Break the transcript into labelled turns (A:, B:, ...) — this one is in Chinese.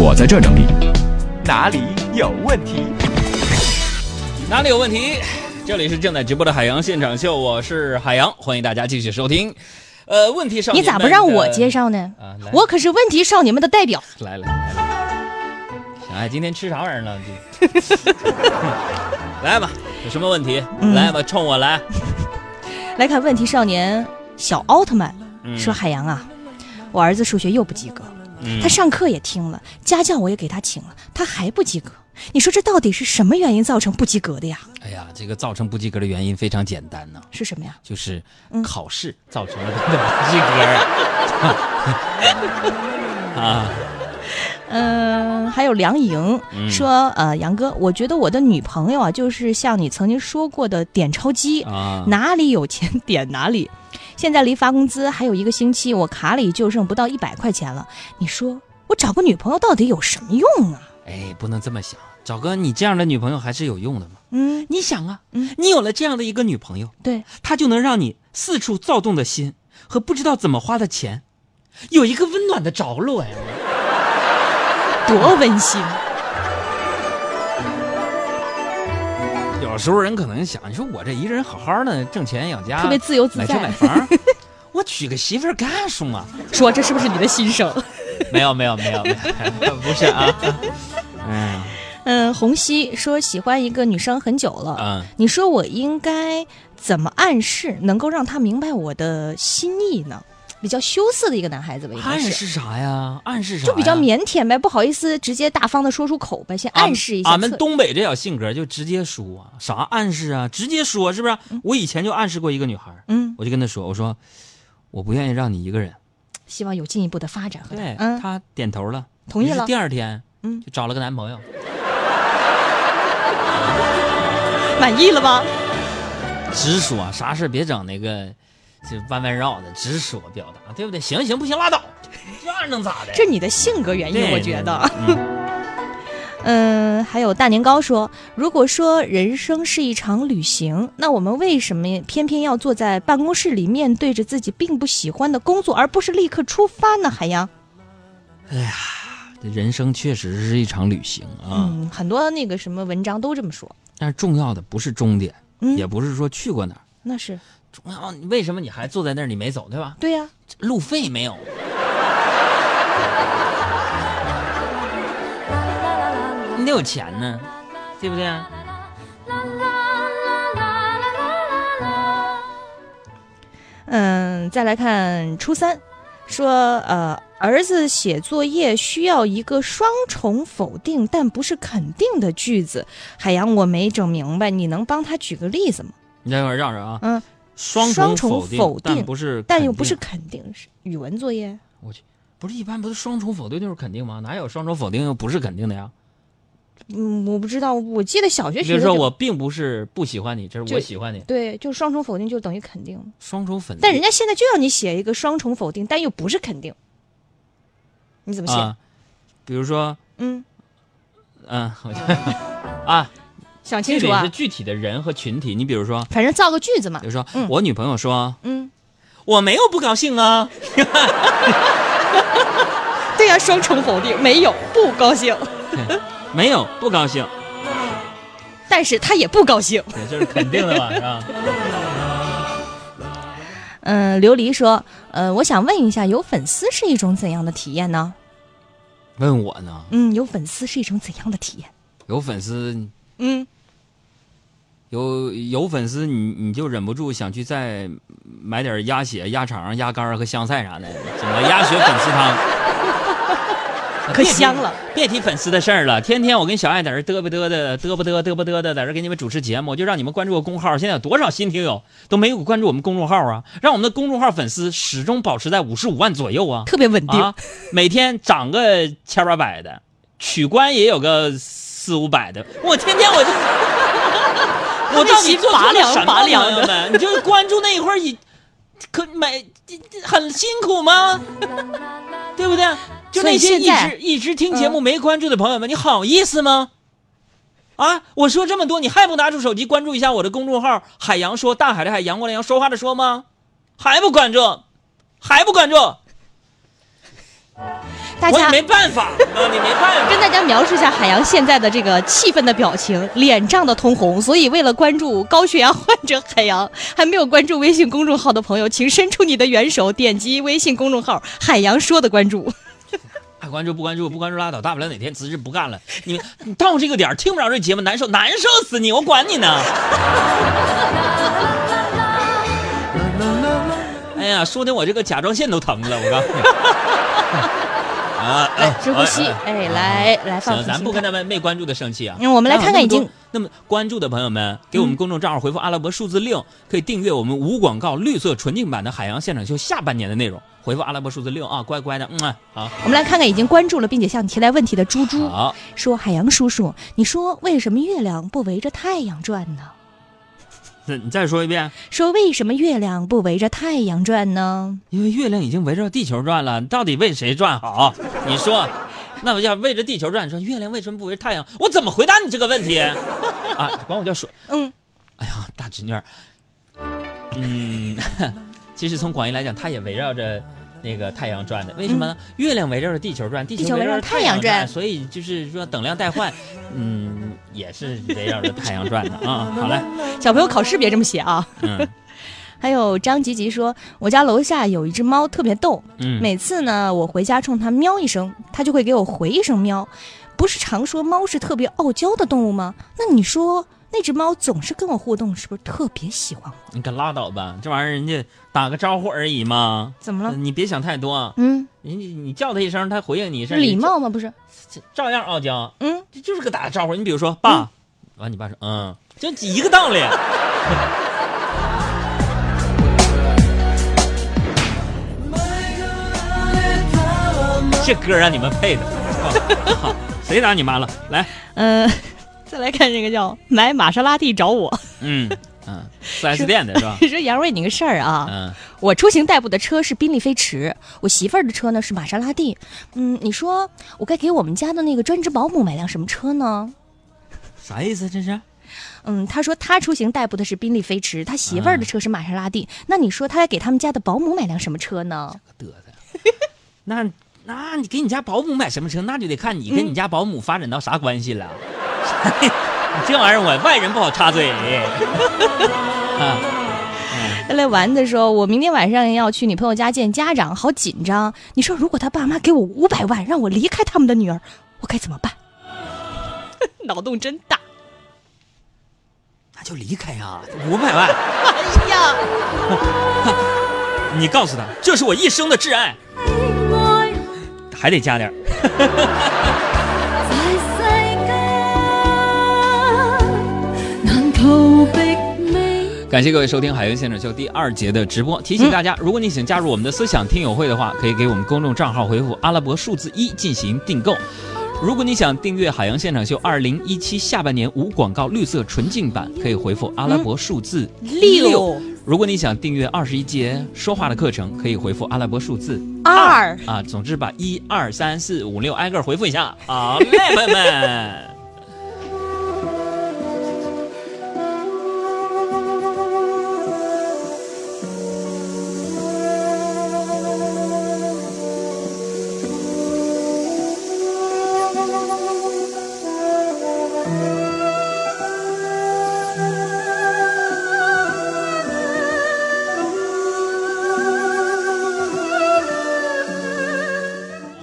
A: 我在这整理。
B: 哪里有问题？
C: 哪里有问题？这里是正在直播的海洋现场秀，我是海洋，欢迎大家继续收听。呃，问题少
D: 你
C: 年
D: 咋不
C: 们
D: 让
C: 的
D: 我介绍呢？
C: 啊？来
D: 我可是问题少年们的代表。
C: 来来来来，行，哎，今天吃啥玩意儿了？这 来吧，有什么问题？
D: 嗯
C: 来吧，冲我来。
D: 来看问题少年小奥特曼
C: 嗯
D: 说：“海洋啊，我儿子数学又不及格，
C: 嗯
D: 他上课也听了，家教我也给他请了，他还不及格。你说这到底是什么原因造成不及格的呀？
C: 哎呀，这个造成不及格的原因非常简单呢、
D: 是什么呀？
C: 就是
D: 嗯
C: 考试造成了他的不及格。 啊，
D: 嗯、还有梁莹
C: 嗯
D: 说，呃，杨哥，我觉得我的女朋友啊，就是像你曾经说过的点钞机，
C: 啊
D: 哪里有钱点哪里。现在离发工资还有一个星期，我卡里就剩不到一百块钱了。你说我找个女朋友到底有什么用啊？
C: 哎，不能这么想，找个你这样的女朋友还是有用的嘛。
D: 嗯，
C: 你想啊，
D: 嗯
C: 你有了这样的一个女朋友，
D: 对，
C: 她就能让你四处躁动的心和不知道怎么花的钱，有一个温暖的着落呀。
D: 多温馨。
C: 啊有时候人可能想，你说我这一个人好好的挣钱养家，
D: 特别自由自
C: 买车
D: 在
C: 买 房，我娶个媳妇儿干什 么？
D: 说这是不是你的心声？
C: 没有没有没有，没有 不是啊，嗯
D: 嗯，红熙说喜欢一个女生很久了，
C: 嗯，
D: 你说我应该怎么暗示能够让她明白我的心意呢？比较羞涩的一个男孩子吧，应该
C: 暗
D: 是。
C: 示啥呀？暗示啥呀？
D: 就比较腼腆呗，不好意思，直接大方的说出口呗，先
C: 俺
D: 暗示一下。
C: 啊俺们
D: 测
C: 东北这小性格就直接说、啥暗示啊？直接说是不是？我以前就暗示过一个女孩儿，
D: 嗯，
C: 我就跟她说，我说我不愿意让你一个人。
D: 希望有进一步的发展和
C: 对，
D: 嗯，
C: 她点头了，
D: 同意
C: 于是
D: 了
C: 第二天，
D: 嗯
C: 就找了个男朋友。
D: 嗯满意了吧？
C: 直说，啥事儿别整那个，就弯弯绕的，直说表达，对不对？行行，不行拉倒，这玩意儿能咋的？
D: 这你的性格原因，
C: 对
D: 我觉得。
C: 对对嗯
D: 嗯，还有大年糕说，如果说人生是一场旅行，那我们为什么偏偏要坐在办公室里面对着自己并不喜欢的工作，而不是立刻出发呢？海洋，
C: 这人生确实是一场旅行啊，
D: 嗯，很多那个什么文章都这么说，
C: 但是重要的不是终点，
D: 嗯
C: 也不是说去过哪儿，
D: 那是
C: 重要你为什么你还坐在那儿你没走，对吧？
D: 对呀、
C: 这路费没有，你得有钱呢，对不对？啊
D: 嗯，再来看初三，说呃，儿子写作业需要一个双重否定但不是肯定的句子。海洋，我没整明白，你能帮他举个例子吗？
C: 你待会儿绕绕啊，
D: 嗯，
C: 双
D: 双重
C: 否定，
D: 否
C: 但
D: 定
C: 不是，
D: 但又不是，肯定，是语文作业。
C: 我去，不是一般不是双重否定就是肯定吗？哪有双重否定又不是肯定的呀？
D: 嗯，我不知道，我记得小学
C: 比
D: 学
C: 如
D: 的
C: 说
D: 就
C: 我并不是不喜欢你，这是我
D: 就
C: 喜欢你，
D: 对，就双重否定就等于肯定，
C: 双重否定，啊
D: 但人家现在就要你写一个双重否定，但又不是肯定，你怎么写？
C: 啊，比如说，
D: 嗯，
C: 嗯，我就啊，
D: 想
C: 这
D: 清楚
C: 里是
D: 啊，
C: 具体的人和群体，你比如说，
D: 反正造个句子嘛
C: 比如。说
D: 嗯
C: 我女朋友说
D: 嗯，
C: 我没有不高兴啊，
D: 对呀、双重否定没有不高兴，
C: 没有不高兴，
D: 但是他也不高兴。
C: 对这是肯定的吧，是吧？
D: 嗯，琉璃说，呃，我想问一下，有粉丝是一种怎样的体验呢？
C: 问我呢？
D: 嗯，有粉丝是一种怎样的体验？
C: 有粉丝，
D: 嗯，
C: 有有粉丝你，你就忍不住想去再买点鸭血、鸭肠、鸭肝儿和香菜啥的，整个鸭血粉丝 汤，
D: 可香了。
C: 别提粉丝的事儿了，天天我跟小爱在这嘚吧嘚的，嘚吧嘚嘚吧嘚的，在这给你们主持节目，就让你们关注个公号。现在有多少新听友都没有关注我们公众号啊？让我们的公众号粉丝始终保持在五十五万左右啊！
D: 特别稳定。
C: 啊，每天涨个千八百的，取关也有个四五百的，我天天我就。 我到底做错了什么，
D: 拔
C: 朋
D: 凉拔
C: 友
D: 凉
C: 们？你就关注那一会儿，你可买很辛苦吗？对不对？就那些
D: 所以现
C: 一
D: 在嗯
C: 直一直听节目没关注的朋友们，你好意思吗？啊！我说这么多，你还不拿出手机关注一下我的公众号“海洋说”，大海的海，阳光的阳，说话的说吗？还不关注，还不关注？
D: 大
C: 我也
D: 家
C: 没办法，那你没办法。
D: 跟大家描述一下海洋现在的这个气愤的表情，脸涨得通红。所以，为了关注高血压患者海洋， 还没有关注微信公众号的朋友，请伸出你的援手，点击微信公众号“海洋说”的关注。
C: 爱关注不关注，不关注拉倒，大不了哪天辞职不干了。你们你到这个点儿听不着这节目，难受难受死你，我管你呢。哎呀，说的我这个甲状腺都疼了，我告诉你。啊，哎
D: 深呼吸，哎，来来放
C: 行，
D: 松
C: 咱不
D: 心
C: 跟
D: 态。
C: 他们没关注的生气啊。
D: 嗯我们来看看已经嗯
C: 那么关注的朋友们，给我们公众账号回复阿拉伯数字六，可以订阅我们无广告绿色纯净版的海洋现场秀下半年的内容。回复阿拉伯数字六啊，乖乖的，嗯啊，好，
D: 我们来看看已经关注了并且向你提来问题的猪猪
C: 好，
D: 说：“海洋叔叔，你说为什么月亮不围着太阳转呢？
C: 那你再说一遍，
D: 说为什么月亮不围着太阳转呢？
C: 因为月亮已经围着地球转了，到底为谁转好？你说，那我要围着地球转，你说月亮为什么不围着太阳？我怎么回答你这个问题？啊，管我叫水。
D: 嗯，
C: 哎呀，大侄女儿，嗯， 其实从广义来讲，它也围绕着那个太阳转的。为什么呢？月亮围绕着地球转，地
D: 嗯地球
C: 球
D: 围
C: 围
D: 绕
C: 绕
D: 着
C: 着
D: 太
C: 太
D: 阳
C: 阳
D: 转
C: 转，所以就是说等量代换，嗯，也是围绕着太阳转的 啊、好嘞，
D: 小朋友考试别这么写啊。”
C: 嗯
D: 还有张吉吉说，我家楼下有一只猫特别逗，
C: 嗯，
D: 每次呢我回家冲它喵一声，它就会给我回一声喵。不是常说猫是特别傲娇的动物吗？那你说那只猫总是跟我互动，是不是特别喜欢我？
C: 你可拉倒吧，这玩意儿人家打个招呼而已嘛，
D: 怎么了？
C: 你别想太多。啊
D: 嗯，
C: 你你你叫他一声，他回应你一声，
D: 礼貌吗？不是，
C: 你照，照样傲娇，
D: 嗯，
C: 这就是个打个招呼。你比如说爸，完、你爸说嗯，就一个道理。 这歌让你们配的，好谁打你妈了？来，
D: 呃， 再来看这个叫买玛莎拉蒂找我。
C: 嗯嗯，四 S 店的是吧？
D: 你 说杨瑞，你个事儿啊，
C: 嗯，
D: 我出行代步的车是宾利飞驰，我媳妇儿的车呢是玛莎拉蒂。嗯，你说我该给我们家的那个专职保姆买辆什么车呢？
C: 啥意思啊这是？
D: 嗯，他说他出行代步的是宾利飞驰，他媳妇儿的车是玛莎拉蒂。那你说他该给他们家的保姆买辆什么车呢？
C: 嘚瑟。那那你给你家保姆买什么车？那就得看你跟你家保姆发展到啥关系了。 你这玩意儿我外人不好插嘴。啊，
D: 他来玩的说，我明天晚上要去你朋友家见家长，好紧张。你说如果他爸妈给我五百万，让我离开他们的女儿，我该怎么办？ 脑洞真大！
C: 那就离开啊！五百万，
D: 哎呀，
C: 你告诉他，这是我一生的挚爱，还得加点儿。感谢各位收听《海洋现场秀》第二节的直播。提醒大家，如果你想加入我们的思想听友会的话，可以给我们公众账号回复阿拉伯数字一进行订购。如果你想订阅《海洋现场秀》二零一七下半年无广告绿色纯净版，可以回复阿拉伯数字六。
D: 六
C: 如果你想订阅二十一节说话的课程，可以回复阿拉伯数字
D: 二。
C: 啊。总之把一二三四五六挨个回复一下。好嘞，朋友们。